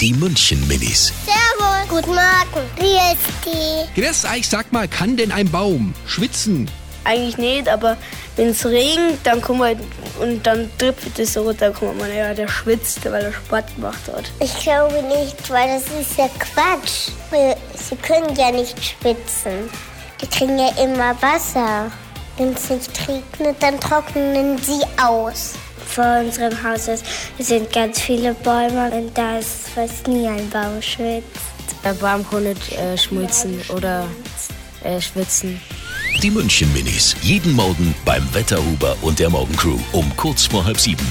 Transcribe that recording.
Die München-Minis. Servus. Guten Morgen. Wie ist die? Grüß euch, ah, sag mal, kann denn ein Baum schwitzen? Eigentlich nicht, aber wenn es regnet, dann kommt halt und dann trippelt es so runter, kommt man, ja, der schwitzt, weil er Sport gemacht hat. Ich glaube nicht, weil das ist ja Quatsch. Weil Sie können ja nicht schwitzen. Die kriegen ja immer Wasser. Wenn es nicht regnet, dann trocknen sie aus. Vor unserem Haus ist, sind ganz viele Bäume und da ist fast nie ein Baum schwitzt. Der Baum kann nicht äh, schmutzen oder äh, schwitzen. Die München-Minis. Jeden Morgen beim Wetterhuber und der Morgencrew um kurz vor halb sieben.